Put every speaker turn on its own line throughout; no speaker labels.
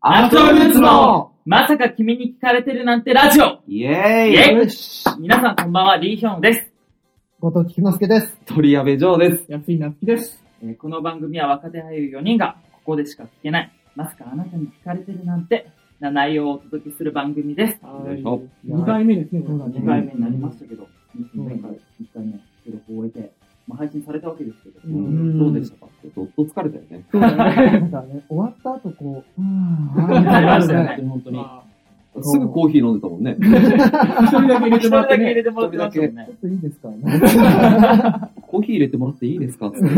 アントロルーツの、まさか君に聞かれてるなんてラジオ
イェーイ
イェえ
よし。
皆さんこんばんは、リーヒョンです。
後藤菊之助です。
鳥矢部城です。
安井なつきです。
えーこの番組は若手俳優4人が、ここでしか聞けない、まさかあなたに聞かれてるなんて、な内容をお届けする番組です。
よいしょ
二
二
回
回
目ですね、
今
は
2回目になりましたけど、前回1回目収録を終えて、まあ、配信されたわけですけど、
ん
どうでした
たかちょっと疲れたよね。
そうだね。なんかね、終わった後こう、うーん、
なりましたよね
本当に。ち
すぐコーヒー飲んでたもんね。
一人だけ入れ
一
て
人
もらっ
だけ
て
入れ
ね。
てもらってましたよね
ちょ。っといいですか
コーヒー入れてもらっていいですかつって。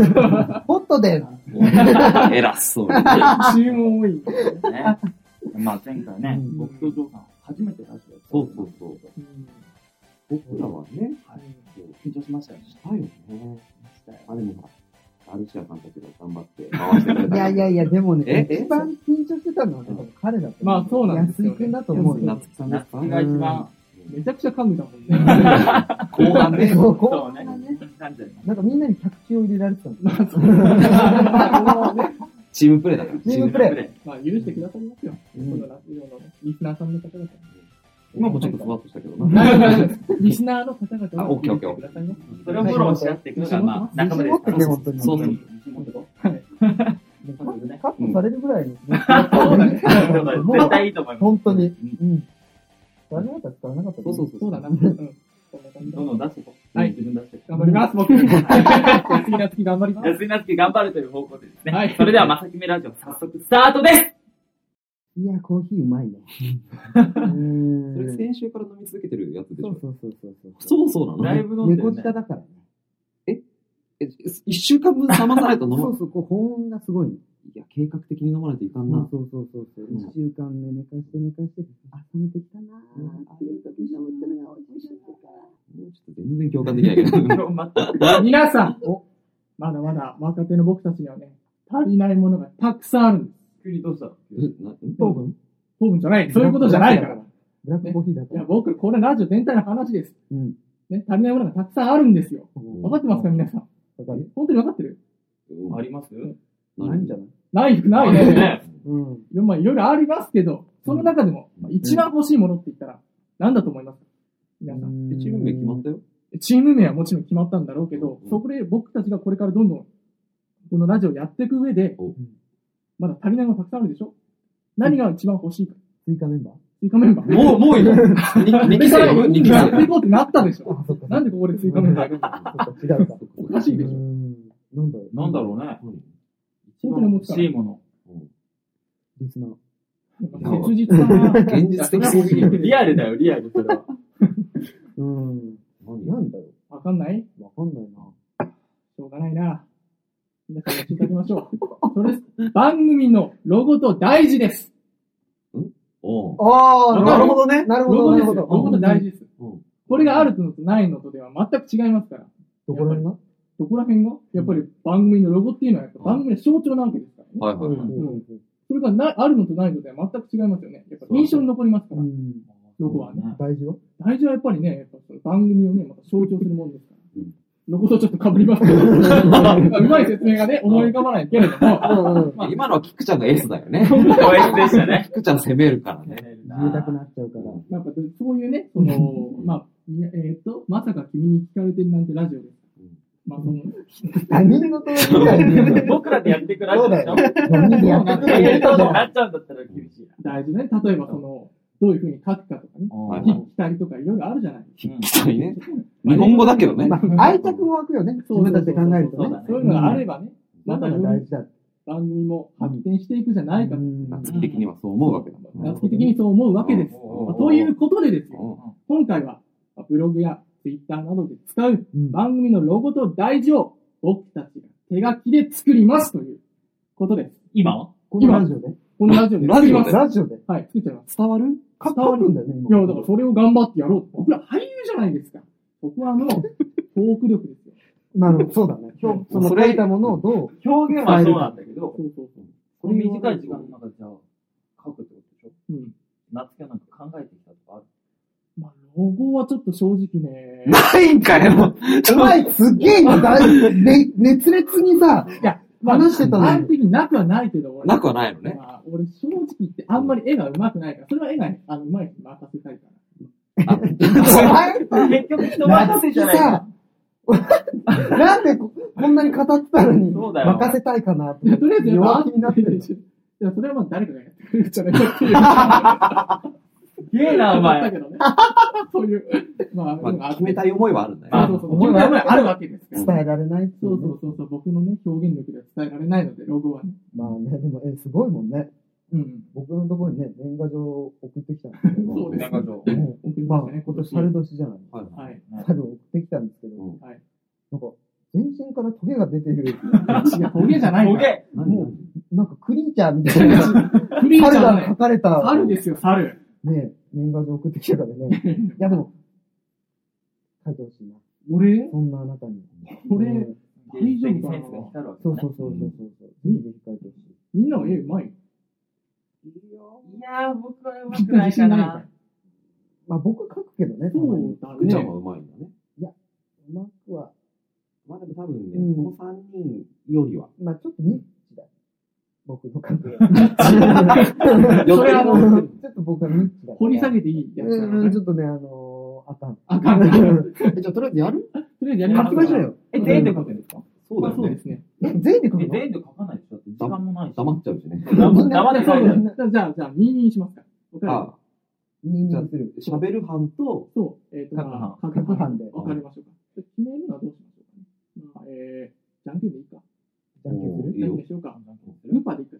ホットで、
偉そうに。
注文多い。
ね。まあ前回ね
う、ん
僕とジョーさん初めてラジオやった
そうそうそう。
うん
僕らはね、
緊張しましたよね。
したよね。あ、でもほら、アルシアさんたちが頑張って回してくれた。
いやいやいや、でもね、
え
一番緊張してたのは多分彼だと思う。
まあそうなんですよね
安井くんだと思うよ。
夏木さんです
夏
か
希が一番、
めちゃくちゃ噛んでたもんね。
後半ね。
そう
そ
こ
うね、感じ
うなんかみんなに客中を入れられてたんですよ
チームプレーだから。
チームプレー。
まあ許してくださいますよ。このラジオのリスナーさんの方々。
今もちょっとふわっとしたけどな。
リスナーの方々
あオッケーオッケーオッ
く
ケー
ださいます。
それをフォローし合っていくのが、まあ、仲間で
持っ
す
て
か
け、
ら。
本当に。
そう
そ
そうう
カッカットされるぐらいの。も
絶
う、
対いいと思います。
本当に。うん。使わなかったら使わなかった
そうそうそう。
そうだな。うん。こんな感じ
どんどん出していこう。
はい
自分出していこう
頑張ります、僕。 次な次頑張ります。
安井夏樹頑張るという方向でですね。
はい
それでは、まさきめラジオ、早速スタートです
いや、コーヒーうまいね。
それ
う
先週から飲み続けてるやつでし
そう
ょ。
そうそうそう。
そうそうな
だい
の
ぶ飲んで
猫
る、
舌
ね。
だからね。
え一週間分冷まさないと飲
そ
ま
うそう、こう、保温がすごいの。
いや、計画的に飲まないといかん
そう
な。
そうそうそう。一週間ね、寝かして寝かして、あ、冷めてきたなぁ。ああいう時に飲むってのが美味しいから。
もうちょっと全然共感できないけど。
皆さん、お、まだまだ若手の僕たちにはね、足りないものがたくさんあるんです。
急にどうしたの
えな
糖分
糖分じゃない。そういうことじゃないから。い
ブラックコーヒーだか
や、
ら。
僕、これラジオ全体の話です。
うん。
ね、足りないものがたくさんあるんですよ。
うん
分かってますか、皆さん。
わかる
本当に分かってる
うん
あります
ないんじゃない
ない、
あ
ない
る
ね。
ね。
うん。
いろまあいろいろありますけど、その中でも、
うん
まあ一番欲しいものって言ったら、何だと思いますか皆さん。
えチーム名決まったよ。
チーム名はもちろん決まったんだろうけど
うん、
そこで僕たちがこれからどんどん、このラジオやっていく上で
お、
まだ足りないものたくさんあるでしょ何が一番欲しいか。
追加メンバー
追加メンバー。
もう、もういいの ?2 期生呼ぶ ?2 期
やってい
生。
こうってなったでしょ
あ、そっか。
なんでここで追加メンバーが
そっか、違うか。
お
かしいでしょ
うん。なんだろう。
なんだろうね。一
本
番
当に思っ
欲
てた
しいもの。
リスナー。
切実だな。
現実的すぎる。
リアルだよ、リアル、それは。
うん。
何
なんだろ。
わかんないう
わかんないな。
しょうがないな。皆さんやっていただきましょう。それ、番組のロゴと大事です。
おう
あ
ーなるほ
どね。なるほ
ロ
ど、
ゴ
な
です
るほ
よ。
ど。
ロゴと大事です
うん。
これがあるのとないのとでは全く違いますから。
どこら辺が
どこら辺がやっぱり番組のロゴっていうのはやっぱ番組の象徴なわけですからね。
はいはいはい。
うん
それがなあるのとないのでは全く違いますよね。やっぱ印象に残りますか
う
ら。
ん。
ロゴはね。
大事は
大事はやっぱりね、やっぱその番組をね、また象徴するものですから
うん。
ロゴとちょっと被りますけど。うまい説明がね、思い浮かばないけれども。
うんうん。
今のはキクちゃんがエースだよね。
応援でしたね。
キクちゃん攻めるからね。
言えたくなっちゃうから。
なんかそういうね、その、まあ、えっと、まさか君に聞かれてるなんてラジオです。まあ、その、
他人の友達みたいに言うのよ。
僕らでやっていくラジオでしょ
他人でやってくれ
や
る
りたい
か
ことに
じゃ。
なんっちゃうんだったら厳しいな。
大事ね。例えば、その、どういうふうに書くかとかね。
はい
聞きたりとかいろいろあるじゃない。
キクちゃんにね。日本語だけどね。
まあ、愛着も湧くよね。自分たちで考えると
そうだ
ね
ね。
そういうのがあればね、
だから大事だ。
番組も発展していくじゃないかと。
夏希的にはそう思うわけだ。
夏希的にそう思うわけです。まあということでですよ、
おう
今回はまあブログやツイッターなどで使う
うん
番組のロゴと大事を僕たちが手書きで作りますということです。
今
このラジオで。
このラジオで作ります。
ラジオで。
はい、作っちゃいます。
伝わる
か書くんだよね、
い
今。
や、だからそれを頑張ってやろうと。僕ら俳優じゃないですか。僕はあの、トーク力ですよ。
なるほど、そうだね。今日、その
それ
書いたものをどう、
表現はそうなんだけど、
そうそうそう。
この短い時間の中でじゃあ、書くってことでしょ
うん。
夏希はなんか考えてきたとかある
まあ、ロゴはちょっと正直 ね。
ないんかよ
お前すっげえだいね熱烈にさ、
いや、
話してたのに
の的になくはないけど、俺。
なくはないのね。
まあは、俺正直言ってあんまり絵が上手くないから、それは絵がね、あの、上手い人に任せたいから。
結局人任せじゃないか。
さ、 なんでここんなに語ってたのに、
そうだよ
任せたいかなって
いや、とりあえずやっぱ、
弱気になってる
いや、それはもう誰かがやってくれるんじゃないかっていう。
すげえな、お
だ
前。
けどね。 そういう、まあ、
まあ、決
そう
めたい思いはあるんだよ。
まあ
そうそう、思いはあるわけですから。
伝えられないってい
そ
ね、
ううそうそうそう、僕のね、表現力では伝えられないので、ロゴはね。
まあね、でも、え、すごいもんね。
うん。
僕のところにね、年賀状を送ってきたんですけど、
そうです
なんかそう
も
送
う
り
ま
ま
あ、
したね、
今年、
は
猿年じゃない。
はいはい
い。
猿を送ってきたんですけど、
うん
はい。
なんか、全身からトゲが出てる、
いや、トゲじゃない
ボ
から。
ケ
何
もなんかクリーチャーみたいな、猿
フリーじゃな
が
い
書。かれた、
猿ですよ、猿。
ね、年賀状送ってきたからね。いや、でも、書いてほしいな。
俺
そんなあなたに。
俺
うん
芸術的センスが光るわけ
そ
だ
う
ね
そうそうそうそう。ぜひぜひ書いてほしい。
みんなは絵うまい。
いやー、僕は上手くないかな。
まあ僕書くけどね、たまに。
だ
福ちゃん
ね。
はうまいんだね。
うまくは、
まあでも多分ね、
うん
この三人よりは。
まあちょっとニッチだ。僕の書 く。
それはもう、
ちょっと僕はニッチだから。
掘り下げていいやつだ
う
か
ん、
ら
ちょっとね、あのー、あかん。
あかん。と
書
え、じゃあとりあえずやる
りあえずやりま
書き
き
す
まし
ま
ょ
しょ
う
う
よ
よ。
え、全員で書くんですか
そうだ
ま
よ
あそう
ね
で。すね。
え、全員で書く
え、
の
全員で書かないでしょだって時間もないし。
黙っちゃうしね。
黙黙って書いてある。
じゃあ、じゃあ、22にしますか。僕ら
あ、
二
じゃあ
人する。
喋る班と、
と、えっ、と、まあ、
各班各班で
分かりましょうか。で決めるのはどうしましょうかね。まあ、えー、じゃんけんでいいか。
じゃんけんする
いい
じゃ
よ
んけんしようか。グーパーでいいか。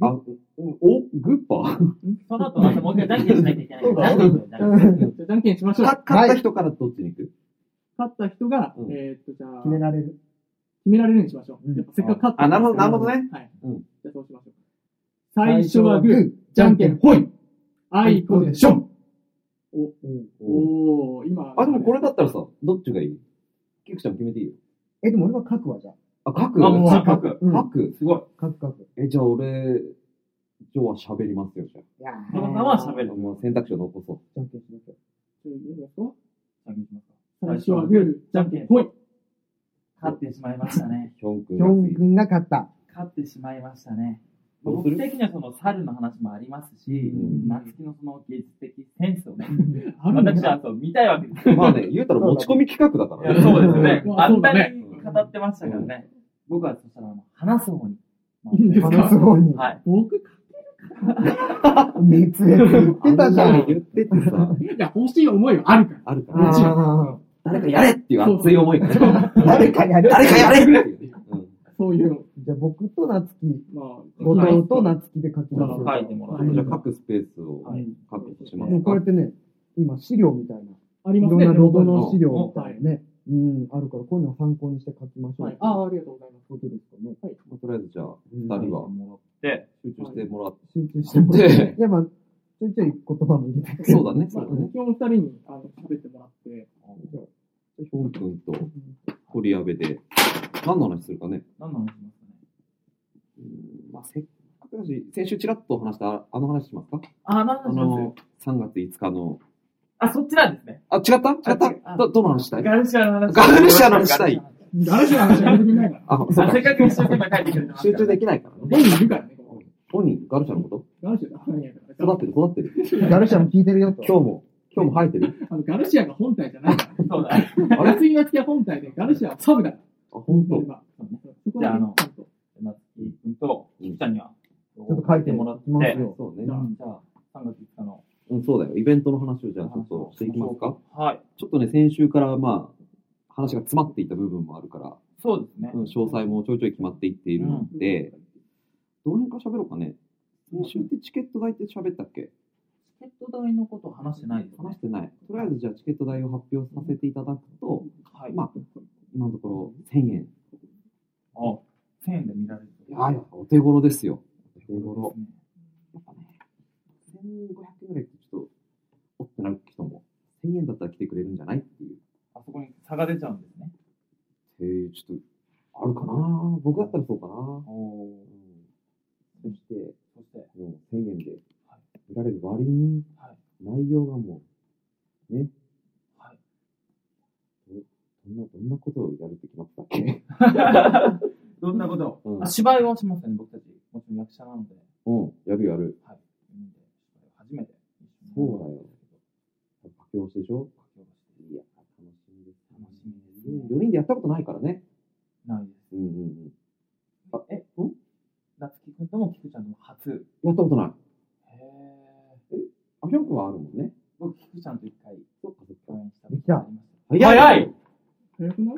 あ、うんお、グッパー
その後またもう一回断言しなきゃいけないから。
そう
断言しなきゃいけない
じゃあじゃんけんしましょう。
勝
勝
った人からどっちに行く
った人が、
うん
えっ、と、じゃあ、
決められる。
決められるにしましょう。
うん
やっぱせっかく勝った。
あ、なるほど、なるほどね。。
はい。
うん
じゃあそうしましょう。最初はグー、じゃんけん、ほい。あいこでしょ。
うん。
おー、今。
あ、でもこれだったらさ、どっちがいいキクちゃん決めていいよ。
え、でも俺は書くわ、じゃあ。
あ、書く
あもう
書
書く
く。書く。
すごい。
書く書く。
え、じゃあ俺、今日は喋りますよ、じゃ
いやー
そのまま喋
あ。
る。
もう選択肢を残そう。
じゃんけんしましょう。
最初はグー、じゃんけん、ほい。
勝ってしまいましたね。
ヒョン君
ヒョ
が
ン君が勝った。
勝ってしまいましたね。
どうす
僕
る
的にはその猿の話もありますし
う、ん
夏希のその芸術的センスをね、
あるんだ
私はそう見たいわけですよ。
まあね、言うたら持ち込み企画だか
いや
らね。
そうですね。
まあ
あんな
そうだ
に語ってましたからね。僕はそしたら、話す方に。
いいんです
話す
か
方 に。
はい。
僕、い
熱烈言ってたじゃ
あの
ん。
言ってってさ、
や、欲しい思いはあるから。
あるから。
あ
誰かやれっていう熱い思いがね。
ー誰かやる。
誰かやれっていうね。うん
そういうの。
じゃあ僕と夏希、
まあ、
後藤と夏希で書きますよ。
書いてもら
ちょっ
っ
と
て。
じゃあ各スペースを
はい
確保しま
も
す
うこうや
か
っ。てね、今資料みたいな。
あり
い
ます
ろん
ね。
なロゴ
の
の資料みたいなね。うん、あるから、こういうのを参考にして書きましょう。
はい。ああ、ありがとうございます。
ことですかね。
まあとりあえずじゃあ、
は
二人は
で、
集中してもらっ
集中してもらって。いや、まあ、ちょいちょい言葉も入れて。
て。そうだね、
ま
そ
あ
うだね、。
基本二人に、あの、喋ってもらって。
ヒョン君と堀矢部で、何の話するかね。
何の話しますかね。
うんまあ、せっかくだし、先週ちらっと話したあの話しますか
あ、何の
あ
話します
の、3月5日の、
あ、そっちなんですね。
あ、違った違っ
あ違うあ
たど、どの話したい
ガルシアの話。
ガルシアの話したい
誰しも話が出てくれないから。
あ、そう
あ、
か
せっ。かく一生懸命書いてくれてますか
集
ら。
中できないからね。
本人いるからね。
本人、ガルシャのこと
ガルシアが本体だから
育ってる、育ってる。
ガルシャも聞いてるよと。
今日も、今日も生えてる。
あの、ガルシアが本体じゃないから。
そうだね。
あれ
夏井夏樹は本体で、ガルシアはサブだから。
あ、本当。
今
そうね
そこは
じゃああの
ちゃんと
夏希君と、キクちゃんには、ち
ちょっと書いて
も
もら
らっ
ってて、ますよ。
そうね
じゃ。あ
じゃあ、3月5日の
うん、そうだよ。イベントの話をじゃあちょっとしていきますか。
はい。
ちょっとね、先週からまあ、話が詰まっていた部分もあるから、
そうですね
う。ん、詳細もちょいちょい決まっていっているので、どの辺から喋ろうかね。先週ってチケット代って喋ったっけ
チケット代のこと話してないです
話
ね
し。てない。とりあえずじゃあチケット代を発表させていただくと、
はい。
まあ、今のところ1000円。
あ、1000円で見られる。
いやいや、お手頃ですよ。お手頃。
ね
やっぱね、1500円ぐらいってちょっと、おってなる人も、1000円だったら来てくれるんじゃないっていう。
あそこに差が出ちゃうんですね。
へえ、ちょっと、あるかな僕だったらそうかな
お
そして、
そして、
もう1000円で
はい
見られる割に
は、
内容がもう、ね。
はい
え。どんな、どんなことをやるって決まったっけ
どんなことを
うん
あ芝居はしますね、僕たち。もちろん役者なので。
うん、やるやでしょいや、楽しみです。
楽しみですね
4人でやったことないからね。
ないで
う
す。
んうんうん。あ、え、うん
夏樹くんとも菊ちゃんとも初。
やったことない。
へえ。
あ、ひょんくんはあるもんね。
僕、菊ちゃんと一回
そっかそ
共
っか。
演したことがありました。
早
早い
早くない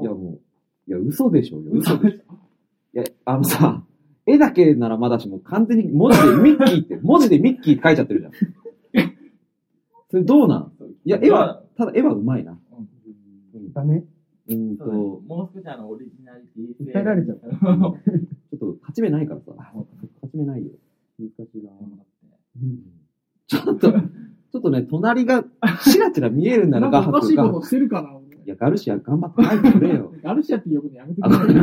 いや、もう、いや、嘘でしょうよ。嘘でしょ。いや、あのさ、絵だけならまだしも完全に文字でミッキーって、文字でミッキー書いちゃってるじゃん。それどうなんいや、絵は、ただ絵はうまいな。
う
う
ん、
ん
ダメ
うーん
そ
と、
うだね
ち
もう少しあのオリジナリティ性
訴えられちゃう
あの
ょっと勝ち目ないからさ。勝ち目ないよ。
難しいな
ちょっと、ちょっとね、隣が、ちらちら見えるんだ
な
よ、
んか
ガハ
おかし
ト
いこ
が。
としてるかな、俺
いや、ガルシア頑張ってないてくれよ。
ガルシアって呼ぶのやめてください。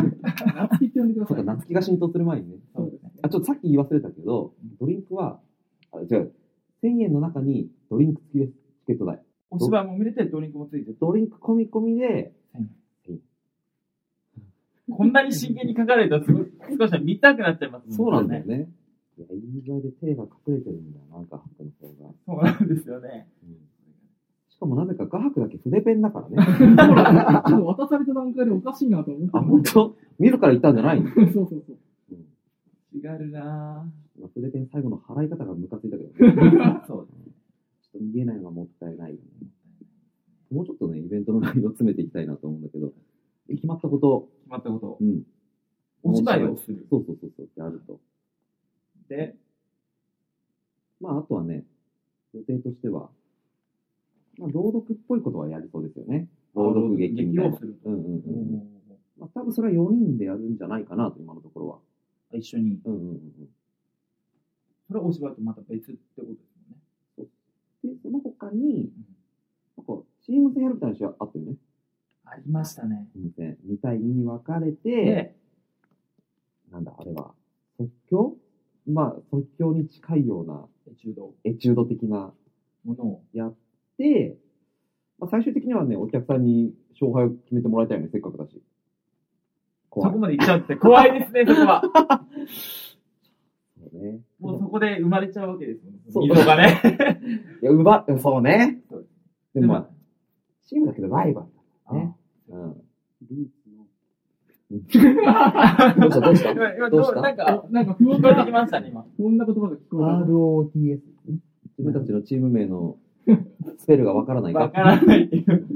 夏希って呼んでくだ
そ
さ
うか、
い。
夏希が浸透する前にね。
そうですね。
あ、ちょっとさっき言い忘れたけど、ドリンクは、あ、じゃあ、1000円の中にドリンク付きです。チケット代。
お芝居も見れてドリンクもついてる
ドリンク込み込みで、
こんなに真剣に書かれたらすごい少しは見たくなっちゃいます。
そうなんだよ。ね。いや、いい具合で手が隠れてるんだよな、ガハクの方が。
そうなんですよね。
しかもなぜかガハクだけ筆ペンだからね。
ほらちょっと渡された段階でおかしいなと思って。
あ、本当見るから言ったんじゃないの、
そうそうそう。
うん
違 うな
まあ筆ペン最後の払い方がムカついたけど、ね、
ぁ。そうで
ちょっと見えないのがもったいないよね。もうちょっとね、イベントの内容を詰めていきたいなと思うんだけど、決まったこと、
決まったことを。
うん。
お芝居をする。
そうそうそうそうってあると。
で、
まあ、あとはね、予定としては、まあ、朗読っぽいことはやりそうですよね。朗読劇みたい
劇
な
をする。
うんうんうんうん。まあ、多分それは4人でやるんじゃないかなと、今のところは。
あ一緒に。
うんうんうん
それはお芝居とまた別ってことですよね。
うん。で、その他に
うん、
なんか、チーム戦やるみたいな話はあったよね。
ありましたね。
チーム戦。2対2に分かれて、
で、
なんだ、あれは、即興まあ、即興に近いような
中道
エチュード的な。
ものを。
で、まあ、最終的にはね、お客さんに勝敗を決めてもらいたいよね、せっかくだし。
そ
怖い
こ。まで行っちゃうって怖いですね、そこは。
そうね。
もうそこで生まれちゃうわけですもんね。
そう
溝がね。
いや、奪っ、そうね
そう。
でも、まあ、チームだけどライバルだね。うん。
ルーツの
どうしたどうした
今、今
ど
ど
うした
う、なんか、
なんか不穏
聞こえて
な
き、ましたね、今。
こんな言葉が聞こえた。
ROTS
自分たちのチーム名の スペルがわからない
わ
か。
からないっていう。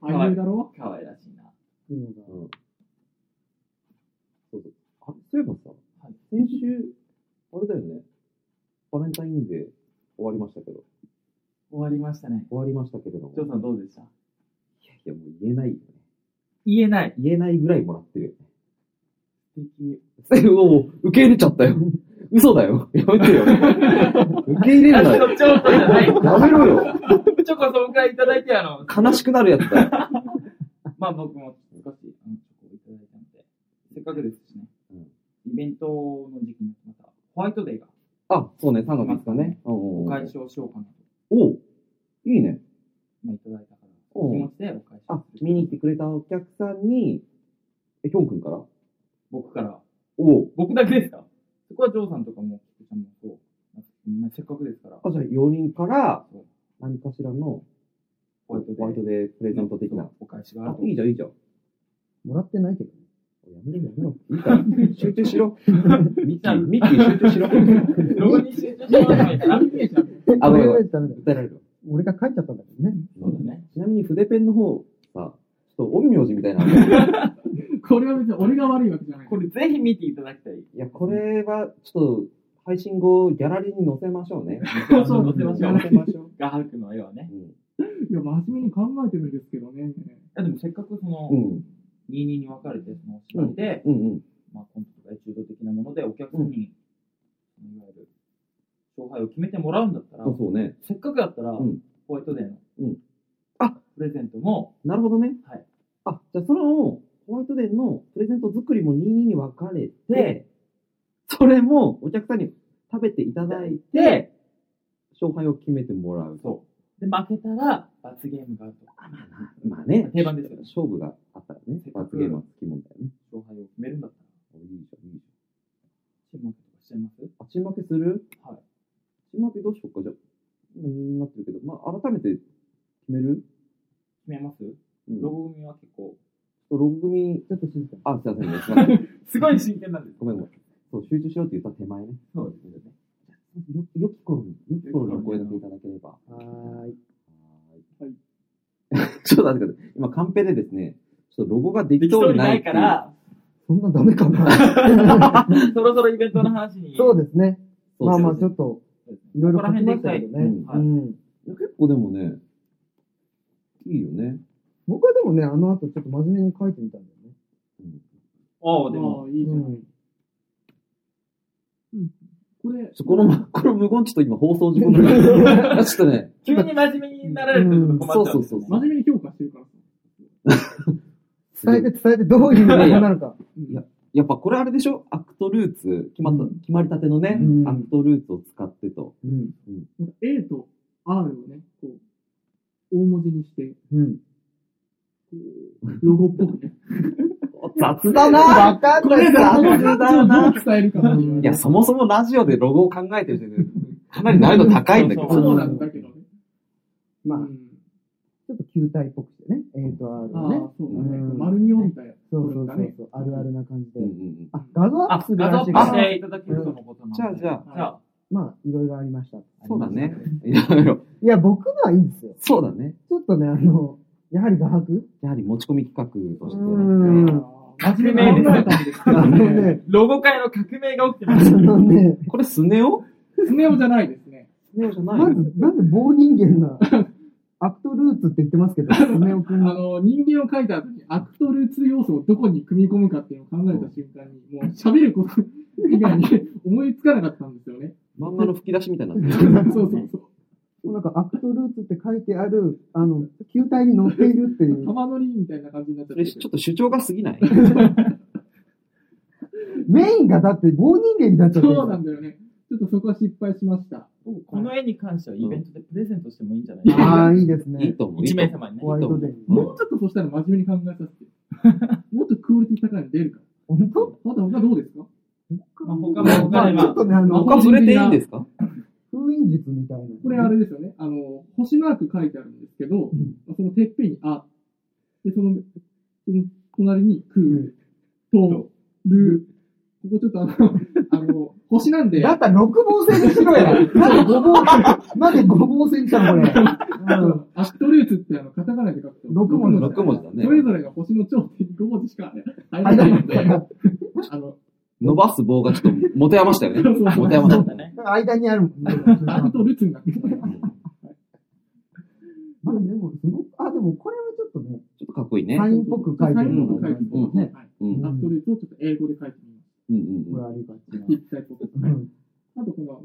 あれだろ
可愛らしいな。
っていう
う
のが、
ん。そうそう。あ、そういえばさ、
はい
先週、あれだよね。バレンタインデー終わりましたけど。
終わりましたね。
終わりましたけれども。
ジョーさんどうでした
いやいや、もう言えないよね。
言えない。
言えないぐらいもらってるよね。
素敵。
うお受け入れちゃったよ。 嘘だよ。やめてよ。 受け入れる
あ
なよ。
の、ジョーさんじゃない。
やめろよ。
チョコそのくらいいただいて、あ の、
悲しくなるやつだよ。
まあ僕も少し、あの、チョコをいただいたので、せっかくですしね。
うん
イベントの時期にまた、ホワイトデーが
あ、そうね、3月5日ね。うんうん
お
うん
返しをしようかなと、
おういいね。
まあいただいたから、
うん
気持ちでお返し
あ
を、す
見
る。
に来てくれたお客さんに、え、ヒョン君から
僕から、
おう
僕だけですかそこはジョーさんとかも、菊ちゃんもそう。まあせっかくですから、
あ、じゃあ4人から
そう、
何かしらの
ホワイトデー。
ホワイトデープレゼント的な。
お返しがあ
あ
る、と。
いいじゃん、いいじゃん。
もらってないけどね。
やめろ、やめ ろ。いいから、集中し ろ。ミッキー、ミッキー集中しろ。
ロゴに集中してもらえばいいですか
あごめんごめん
俺がダメだよ
訴えられるわ
俺が書いちゃったんだけどね。
そうだね。
ちなみに筆ペンの方、さ、ちょっと陰陽師みたい な。い
これは別に俺が悪いわけじゃない。
これぜひ見ていただきたい。
や、これは、ちょっと、配信後、ギャラリーに載せましょうね。
そう
載せ ましょ
載せましょう。
画伯の絵はね。
いや、真面目に考えてるんですけどね。
いやでもせっかくその
う、ん。
22に分かれて、そのお芝居で、
うんうん。
まあコントとかエチュード的なもので、お客さんに、いわゆる、勝敗を決めてもらうんだったら
あ、そうね。
せっかくだったら、
うん
ホワイトデーの、
うんあ
プレゼントも、
なるほどね。
はい。
あ、じゃあその、ホワイトデーのプレゼント作りも22に分かれて、それもお客さんに食べていただいて、勝敗を決めてもらうと。
そう。で、負けたら、罰ゲームがあると。
あまあな、まあね。
定番ですよね
勝負があったらね
せっ。かく
罰ゲームはつきもんだよね。
勝敗を決めるんだったら、
いいじゃん、いいじ
チームとかしちゃいます
ゃん。あ、チーム負けする
はい。
チーム負けどうしようか、じゃあ。になってるけど、まあ、改めて決める、
めます
うん、ロ
ロゴ組は結構。
グ組、
ちょっと静かに。
あ、すいません、すいません。
すごい真剣なんです。
ごめんごめん。そう、集中しろって言った手前ね。
そうですよね。
よ、よき頃に、よき頃にお声掛けいただければ。は
はーい。
ー。
はい
ちょっと待ってください。今、カンペでですね、ちょっとロゴができそうにないって
か
いう。
ら、
そんなダメかな。
そろそろイベントの話に。
そうですね。
そう
まあまあ、
そう
ちょっと、いろいろ書きましたけど
こ
ね。
こ
ら辺でいきたい
うん。
いや結構でもね、いいよね。
僕はでもね、あの後ちょっと真面目に書いてみたんだよね。
ああ、でも、
ああ、いいじゃな
う
い
ん。
これ、
ちょこのま、この無言地と今放送事故に なるちょっとね、
急に真面目になられるとちょっと困っちゃうんです
そうそう
よね
そう
真面目に評価してるからさ。
伝えて伝えてどういうのなのか。
やっぱこれあれでしょアクトルーツ、決まった、
うん
決まりたてのね、
うん
アクトルーツを使ってと。
うん。
なんか A と R をね、こう、大文字にして、
うん。
ロゴっぽくね。
雑だな
わかんない
この
雑
感
だ
情をど
な
う伝えるかっていう。
いや、そもそもラジオでロゴを考えてる人で、かなり難易度高いんだけ
そ
ど。
そうなんだけどね。
まあ
う、ん
ちょっと球体っぽくしてね。えーと、R
あ
を
あ
ね。、
そうだね。
うん
丸にみたいな。
そうそう
こ
そ
れだ
うそう。あるあるな感じで
うんう。ん
あ、画像アッ
あ、
プするら
画像
しい
化
か
し
ら。
ていただけるとのことなので。
じゃあじゃ
じゃあ、
まあ、いろいろありました。
そうだね。
ね。
いろいろ。
いや、僕のはいいんですよ。
そうだね。
ちょっとね、あの、やはり画伯
やはり持ち込み企画としてね。
うん
真面目に考えたんですけ
あ
ど
の
ね。
ね、
ロゴ界の革命が起きて
あ
ます。
のね、
これスネ夫
スネ夫じゃないですね。
スネ夫じゃない
まず、なんで棒人間な、アクトルーツって言ってますけど、スネオく
あ
ん。
の、人間を描いた後にアクトルーツ要素をどこに組み込むかっていうのを考えた瞬間に、もう喋ること以外に思いつかなかったんですよね。
漫画の吹き出しみたいになって
そう
る。
そうそう。
なんか、アクトルーツって書いてある、あの、球体に乗っているっていう。
玉乗りみたいな感じになっち
そ
ゃって
れ
る。
ちょっと主張が過ぎない
メインがだって棒人間になっちゃってる。
そうなんだよね。ちょっとそこは失敗しました。
この絵に関してはイベントでプレゼントしてもいいんじゃない
ああ、いいです
いい
ね。
と思う。
一名様にね
ホ。ワイトデーに。
うん
もうちょっとそしたら真面目に考えさせて。 もっとクオリティ高いの出るか
本
ら。
当
まだ他どうですか
まあ、他も
まあ
他で
ちょ
は、
っとね、あの、
他
風
触れていいんですか
雲術みたいな。
これあれですよね。あの、星マーク書いてあるんですけど
う、ん
そのてっぺんにあ、で、その、その隣に
う
く、
ん
と、る、ここちょっとあの、 あの、星なんで、
だったら六芒星にしろや。なんで五芒星、なんで五芒星にしたのこれ。
あのアクトルーツってあの、カタカナで書くと。
六文字
六文字だね
それぞれが星の頂点に5文字しか入らないので、あの、
伸ばす棒がちょっと持て余したよね。
そうそう
持て余
そ
し
う
た。
だね。
うん間にあるもんね。
アクトルーツになってる。
まあでも、すごく、あ、でもこれはちょっとね、
ちょっとかっこいいね。
サインっぽく書いて
サイ
る
ン
の
っぽ
が
く書いてる
うん
ね。はい
うんうん
アクトルーツをちょっと英語で書いてみま
うん
こ
う
れ
ん。
ありがち
す。立体っぽく。
な。うん。
あとこのあの、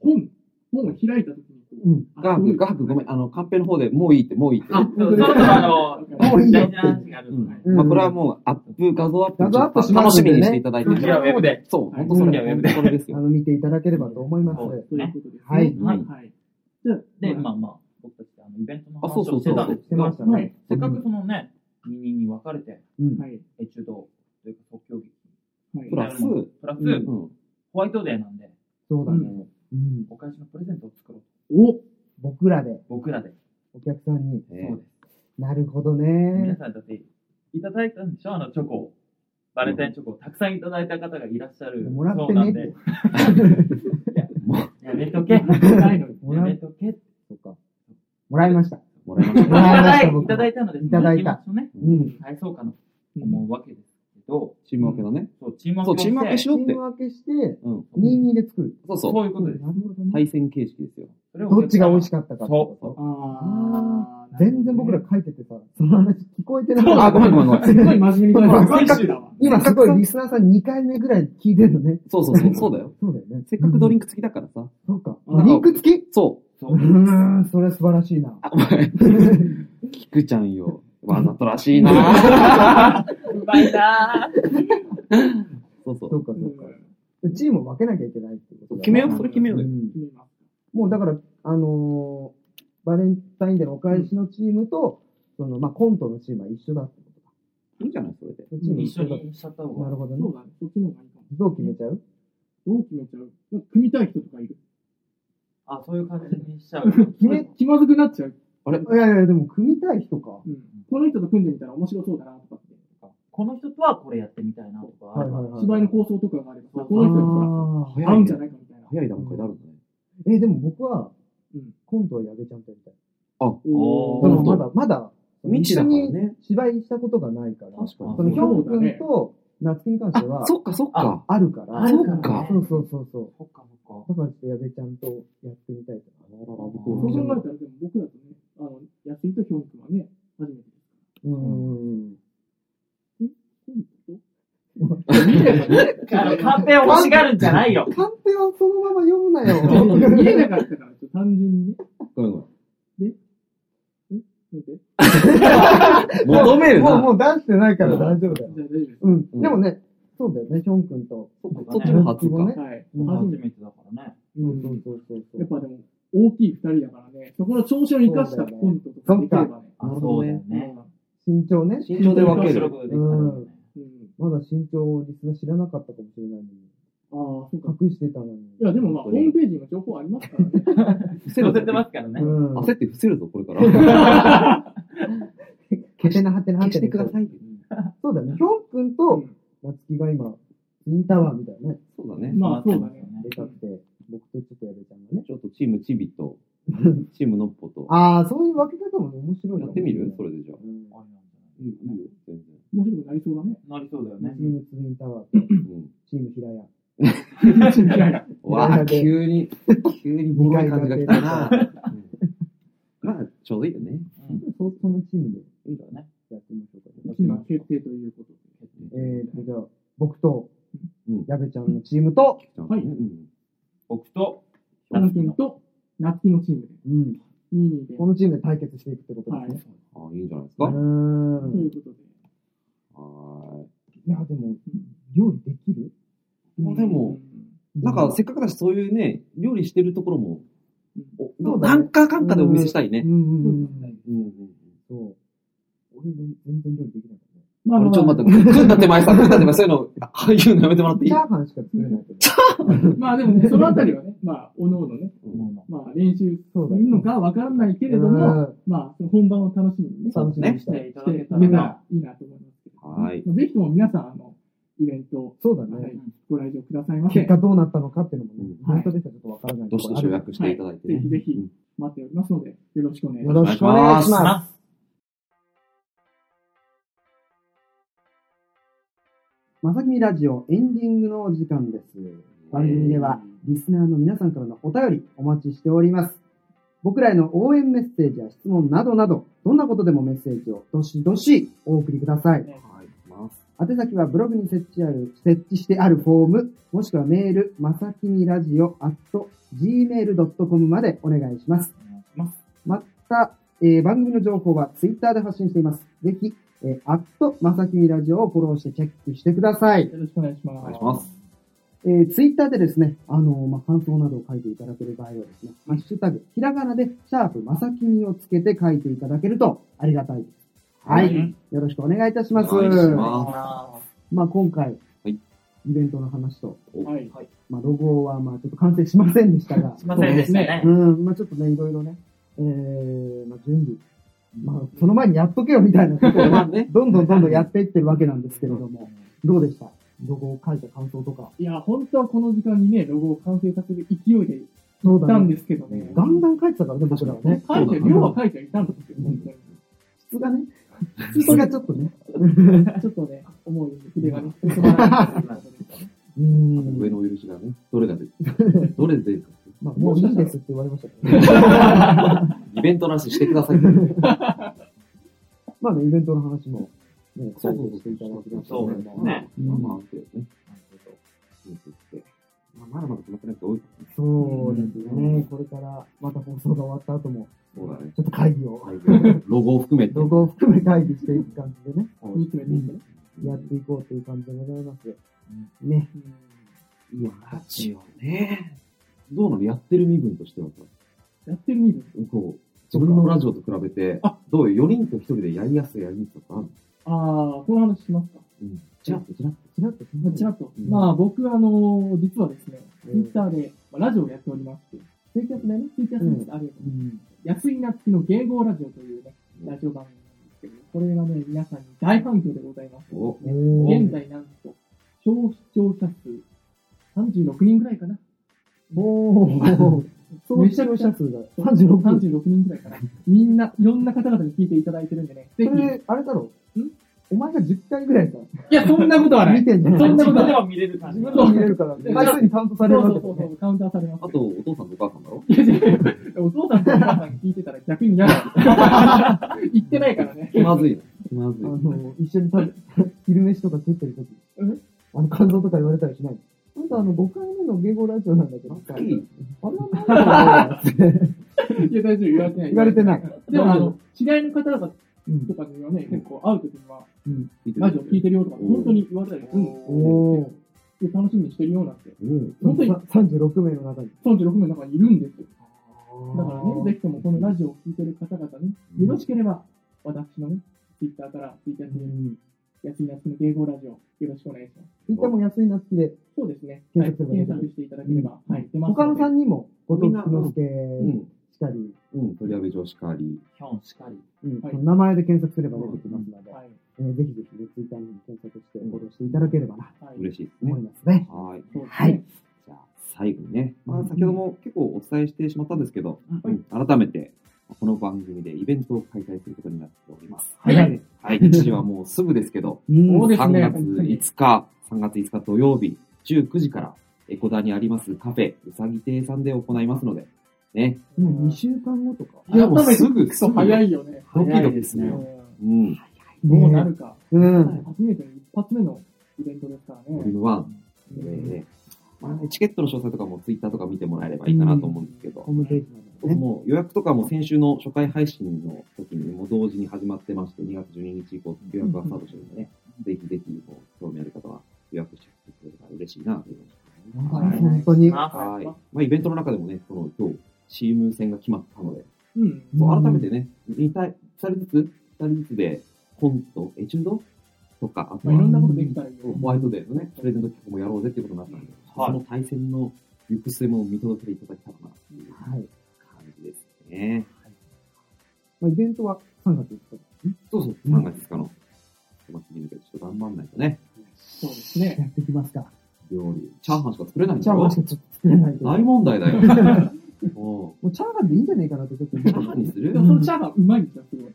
本、本を開いたときにこ
うん。
う、
ガーフ、ガーフごめん。あの、カンペの方でもういいって、もういいって。
あ、
そ
本
ろ
当
そ
だ
ろあの、
もういいよ
大事な話がある
うん
ので。
まあ、これはもう、アップ、画像アップ、
画像アップしま
楽
す
し
んで
み
ね
にしていただいて。
次はウェブで。
そう、本当それ、本当それです
あ
よ。
の、見ていただければと思います。
そう
ということですね。
はい
うん
はい。はい。じゃあ、
で、ま
あ、
あまあ、僕たちあのイベントの
あ、そう
話
そ
を
う
し
そ
て
う
たんです
し
け
て
ど
まし、たね。
はい
せっかくそのね、2人に分かれて、
うん。
はい。
エチュードというか即興劇、
はい
プラス、
プラス、
うん
うん。
ホワイトデーなんで、
そうだね。うん。
お返しのプレゼントを作ろう。
お
僕らで、
僕らで。
お客さんに。
え
そうです。
なるほど
皆
ね。
さんだって、いただいたんでしょあのチョコを。バレンタインチョコをたくさんいただいた方がいらっしゃる。
もらっ
そ
て
うな
ね
ん
っ
で
て。。
やめとけ。や
ないのに。
もら
め
っ
とけ。い
そうか。もらいました。
もらいましたた。
だいいただいたので、
いただいた。
ね、
うん。
返そうかなと思うわけですけど、
チーム分けのね。
そう、チーム
そう、チーム分けし
チ
よう
ー
って
ム。分けして、
うん。
22で作る。
そう
そ
そう
いうことです。
なるほどね。
対戦形式ですよ。
それを
どっちが美味し
か
かったかって
そ
こ
う
と。
あー
全然僕ら。書いててさ、その話聞こえてな
そう
か
あ、
った
ご。めんごめんごめん。
すっごい真面目に考えてる。
今すごいリスナーさん2回目ぐらい聞いてるのね。
そうそうそう、そうだよ。
そうだよね。
せっかくドリ
ンク。
ンク付きだからさ。
そうか。
うん
ドリンク付き
そう。
そうう。
ーん、それは素晴らしいな。
あ、お前、キクちゃんよ。わざとらしいな
うまいなぁ。
そうそ。
そううか、
う
そ
ん
うか。チームを分けなきゃいけないってことだ
決めよう、
う
それ決めよう
う
よ。
ん
決めます
もうだから、あのーバレンタインデーのお返しのチームと、その、まあ、コントのチームは一緒だってことか。
いいんじゃないそれで。
そのチーム
一緒
だ
にしちゃった方
な
が。
るほどね
そ。うだね。そっちの方がいいかも。
どう決めちゃう
どう決めちゃうなんか組みたい人とかいる。
あ、そういう感じにしちゃう。う
気め気まずくなっちゃう。
いやいや、でも組みたい人か。
うんこの人と組んでみたら面白そうだなとかって。
この人とはこれやってみたいなとか、
はいはいはい。
芝居の構想とかがあれば、この人にほ
あ
早
ら、合う
い
ん
ね
じゃないかみたいな。
早い段階であるんだね。
ーえ、でも僕は
うん、
コントは矢部ちゃんとやりたい。
お
で
ー
もまだ、まだ、
未知だからね。
一緒に芝居したことがないから、
確かに
その、
そう
ヒョン
だね
君と夏希に関しては
あ、、そっかそっか。
あるから、
あるか
そ
ら
うか
そうそうそうそう。
そっかそっか。
だからちょっと矢部ちゃんとやってみたいとか。
そう
そう考えた
考
ら、でも僕らとね、あの、安井とヒョン君はね、初めてですか
うーん。
ら。見ればね
あの、カンペを欲しがるんじゃないよ。
カンペはそのまま読むな よ。
見えなかったから、ちょっと単純にね。
ごめんごめん求める
なんで
もう、
な。
もう出してないから大丈夫だよ。
じゃあ大丈夫です
うん。
うん
でもね、そうだよね、ヒョン君と。
そっ
そっ
か
ち
ね。
も初か。
か。はい。
初めてだからね。
そううんそうそうそうそう。
やっぱでも、大きい二人だからね、そこの調子を生かしたコントとかできればね。
あ、そうだよね。
身長ね。
身長で分ける。
うん。
うん。
まだ身長をリスナー知らなかったかもしれないのに。
ああ、そうか。
隠してたのに。
いや、でもまあ、ホームページにも情報ありますからね。
伏せる
載
ぞ
せてますからね
う。ん。
焦って伏せるぞ、これから。
はてなはてなは
消
て
してく
な
ださい。
そうだね。ヒョン君と夏希が今、ツインタワーみたいなね、
そうだね。
まあ、そうだね。
でかくて、僕とちょっとやべちゃんがね。
ちょっとチームチビと、チームノッポと、
ああ、そういう分け方も面白い
やってみるそれでじゃあ。
うん。
いいよ、いいよ全
面白くなりそうだね。
なりそうだよ
チ
ね。
ームツインタワーと
然。うん
チーム平屋。
うわあ、急に、急にボロい感じが来たな。うんまあ、ちょうどいいよね。
うん。
そそのチームで
いいだよね。
やってみましょうか。
今、決定ということで。
えーと、じゃあ、僕と
うん、
矢部ちゃんのチームと、
はい
うん
僕と、
ヒョン君と、夏希のチームで、
うん、
2、2で。
このチームで対決していくってこと
は
で
い。
すね。
ああ、いいんじゃないです
う
か。
ー
は
と
ん。
い
いう
ことで。
や、でも、料理できる
まあでもい。なんか、せっかくだし、そういうね、料理してるところも、お
そうだ
な
ね
んかかんかでお見せしたいね
う。んうんうんう
うん
ん。
うんうん
そう。俺ね、全然料理できないからね。
ま
あ
あ、
れ、ちょっと
まあ
待って、組んだ手前さ、組んだ手前、そういうの、俳優のやめてもらっていい
チャーハンしか作れないけど。
まあでも、そのあたりはね、まあ、おのおのね、
うん
まあ、練習す
そうだね
るのかわからないけれども、
うん、
まあ、本番を楽しみにね、
楽しみにし
したて
い。
いた
し
だ
て
け
い
た
けた
ら
ら、いいなと思いますけど。
はい。
まあぜひとも皆さん、あの、イベント、
そうだ
は
ね。
いご来場くださいませ。
結
ぜ
果どうなったのかっていうのもね、
うん
本当でしたらちょっとわからない
どしどし予約していただいてね。
ひぜひ、待っておりますので、よろしくお願いし
よ
ます。
ろしくお願い
お
し
願いし
ま。
ます
あ
まさきみラジオエンディングのお時間です。番組ではリスナーの皆さんからのお便りお待ちしております。僕らへの応援メッセージや質問などなど、どんなことでもメッセージをどしどしお送りください。
はい、ます。
宛先はブログに設置ある、設置してあるフォーム、もしくはメール、まさきみラジオ at gmail.com までお願いします。
お願いします。
また、えー番組の情報はツイッターで発信しています。ぜひ、えー、アットまさきみラジオをフォローしてチェックしてください。
よろしくお願いします。
お願いします。
えーツイッターでですね、あのーまあ、感想などを書いていただける場合はですね、ハッシュタグ、ひらがなで、シャープまさきみをつけて書いていただけるとありがたいです。は
う
い。
ん
よろしくお願いいたします。
お願いします
あ
まあ、今回、
い
イベントの話と、
はい。
まあ、ロゴはまあちょっと完成しませんでしたが
ー、すいませんでしたね
う。ん、まあちょっとね、いろいろね、えー、まあ準備、まあその前にやっとけよみたいなこと を、まあ
ね
どんどんどんどんやっていってるわけなんですけれども、どうでしたロゴを書いた感想とか。
いや、本当はこの時間にね、ロゴを完成させる勢いで
そう
行ったんですけどね。
ガンガン書いてたからね、僕らはね。
書いて、量は書いてはいたんですよ、本当に。
質がね、質がちょっとね、
ちょっとね、思うように筆がね、進まない
うん
上、のお許しがね、どれが出るどれで出るか。
まあもういいですって言われましたけど、
イベントの話してください。
まあね、イベントの話も、ね、最後にしていただきましたけ
そ
れども
うですね
まあまあ、ある程度ね。まあまだまだ決まってない人多いからね。
そうですね。これから、また放送が終わった後も、
そうだね。
ちょっと会議を、
ロゴを含めて。
ロゴを含め会議していく感じでね、
煮詰めていってね。
やっていこうという感じでございます。ね。
いや、ラジオね。どうなのやってる身分としてはさ、
やってるみる。
こう、自分のラジオと比べて
あ、
どうよ、4人と1人でやりやすいやりにくさとかある
ああ、この話しますか。
うん。ちらっとちらっと。
ちらっと、
まあちらっと。
うん
まあ僕、あの、実はですね、
う
ツ
ん
イッターで、まあラジオをやっておりまして、ツイキャスだね。ツイキャスです。ありがとうございます
うん。
安井夏樹の芸号ラジオというね、ラジオ番組なんですけど、これがね、皆さんに大反響でございます。
お
おー
現在なんと、超視聴者数36人ぐらいかな。
おー。そう、視聴者数が36人。
36人ぐらいかな。みんな、いろんな方々に聞いていただいてるんでね、ぜひ
そ。れ、あれだろ
ん
お前が10回ぐらいさ、
いや、そんなことはない
見。てんじゃ
そん
ん。
な
自
こと
分
は
で
ない。
も見れる感じ
自。分でも見れるから、回数にカウントさ
そ
れる
う
わ
そ
けだ
うそ
よ
う
ね。
カウンターされます
あ。と、お父さんとお母さんだろ
いやいやいやお父さんとお母さん聞いてたら逆に嫌だ。言ってないからね。
気まずいな。気まずい
あ。の、一緒に食べ、昼飯とか食ってる時
うん
あの、肝臓とか言われたりしない。なんかあの、5回目のゲゴラジオなんだけどさ、
いい
あれはなんだろ うって
いや、大丈夫、言われてない。
言われてない。
でも、あの、知り合いの方々
うん
とかにはね、結構会うときには、
聞いて
ラジオ聞い
る。
てるよとか、本当に言われたりするんですよ。
おー。
で楽しみにしてるようなんて、
うん。
本当に
さ36名の中に。
36名の中にいるんですよ。だから
あー
ね、ぜひともこのラジオを聞いてる方々ね、よろしければ、私のね、ツイッターから、ツイッター
う
に、
ん。
安い夏の芸語ラジオ、よろしくお願いします。
いったも安いなつきで、
そうですね。はい
検索すればいい
検索していただければ、はい、出ます
他の
ので
3人も、ごと
みん
き
な
のすけ
うん。
しかり、
うん。取り上げ上司かり。
ヒョンしかり。
うん
はい
その名前で検索すれば出てきますので、
はい、
えーぜひぜひね、ツイッターにも検索して、フォローしていただければな、
はい。
嬉しいですね
思い。ますね。
はい。
そうですね
はい。
じゃあ、最後にね、ま
う
あ、
ん
先ほども結構お伝えしてしまったんですけど、
うん
うん改めて、この番組でイベントを開催することになっております。
はい
はい。
はい、日時はもうすぐですけど、
うん
そうです
3
ね
月5日、3月5日土曜日、19時から、エコダにありますカフェ、うさぎ亭さんで行いますので、ね。
もう2週間後とか。
いやもうすぐ
改めて聞くと早いよね。
ド
早
キド
い
キ
ですす
る
ね
よ。
ど
うん。
うなるか。
うん。
初めての一発目のイベントですから
ボリュー
ね。
ム1。えーまあね、チケットの詳細とかもツイッターとか見てもらえればいいかなと思うんですけど
ホー、ムページなどでね。
もう予約とかも先週の初回配信の時にもう同時に始まってまして、2月12日以降、予約がスタートしてるんでね、ぜひぜひ、こう興味ある方は予約してくれたら嬉しいなと思います。
は
はいい
本当に。
まあ
はい。まあ、イベントの中でもね、その今日、チーム戦が決まったので、
うん。
そう改めてね、2, 対2人ずつ、2人ずつでコント、エチュードとか、あと
まあ、
はい
ろんなことできたらいいよ。
ホワイトデーのね、プレゼント企画もやろうぜってことになったんで、
はい
その対戦の行く末も見届けていただけたらなっていう
はい。
感じですね。
まあイベントは3月1日。
そうそう、3月5日のお祭りに向けてちょっと頑張んないとね、
そうですね。
やってきますから。
料理、チャーハンしか作れないん
チ
だ
ャーハ
ろ
ンしかちょっと作れないけど。
大
も
問題だよ。 おう
うチャーハンでいいんじゃないかなってちょっと思
チ
う
ャーハンにする
でもそのチャーハンうまいんですよ、すごい。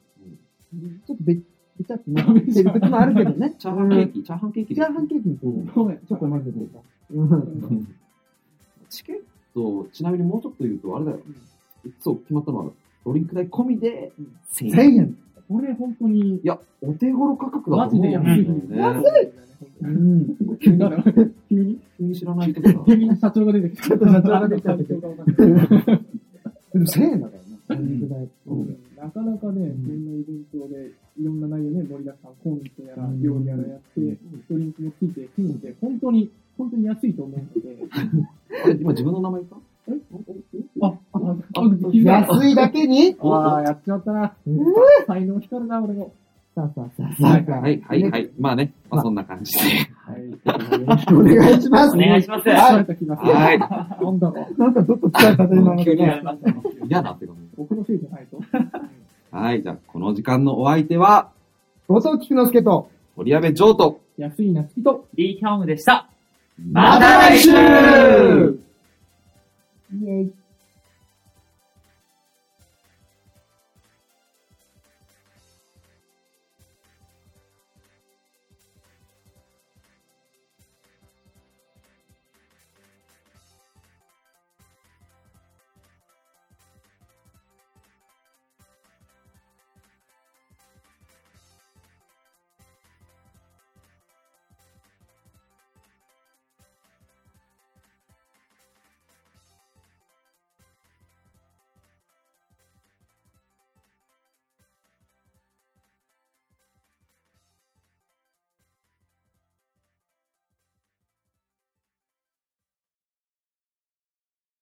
ちょっとべ、べちゃってなってる時もあるけどね。
チャーハンケーキ、チャーハンケーキ
チ
で
ャーハンケーキにする
うん
ちょっと混ぜてさ。う
うん
ん。
うんチケット、ちなみにもうちょっと言うと、あれだよ。そう、決まったのは、ドリンク代込みで
うん
1000円。
1000円。
これ本当に
い、や、お手頃価格だ
マ
と
ジ
思う
で
よ
安
ね。
い。
安
うん。
急に誰急に
急に知らない人が。
急に社長が出てきた。
ちょっと社長が出てきた
社長がわかんない
でも1000円だからね。あのぐらい。
うんなかなかね、こんなイベントで、いろんな内容ね、盛りだくさん、コントやら、料理やらやって、ドリンクもついて、金で、本当に、本当に安いと思うので、
あれ、今自分の名前か
え
あ、
あ、あ、あ、気づいた。
安いだけに
ああ、やっちまったな。
うん
才能光るな、俺も。
さあさあさあ
は
さ
い、
あ。
はい、はい、は
ね。
い。まあね、まあそんな感じで。
はい。
よろしくお願いします。
お願いします。
疲れた気がする。
はい。
なんだろう。
なんかちょっと疲れたね、今の
急
で
に
ね。
嫌だってこと
僕のせいじゃないと。
はい、じゃあ、この時間のお相手は、
後藤菊之助と、
堀部譲と、
安い夏希と、
リー・ヒョンウでした。
ま
た来週
イエイ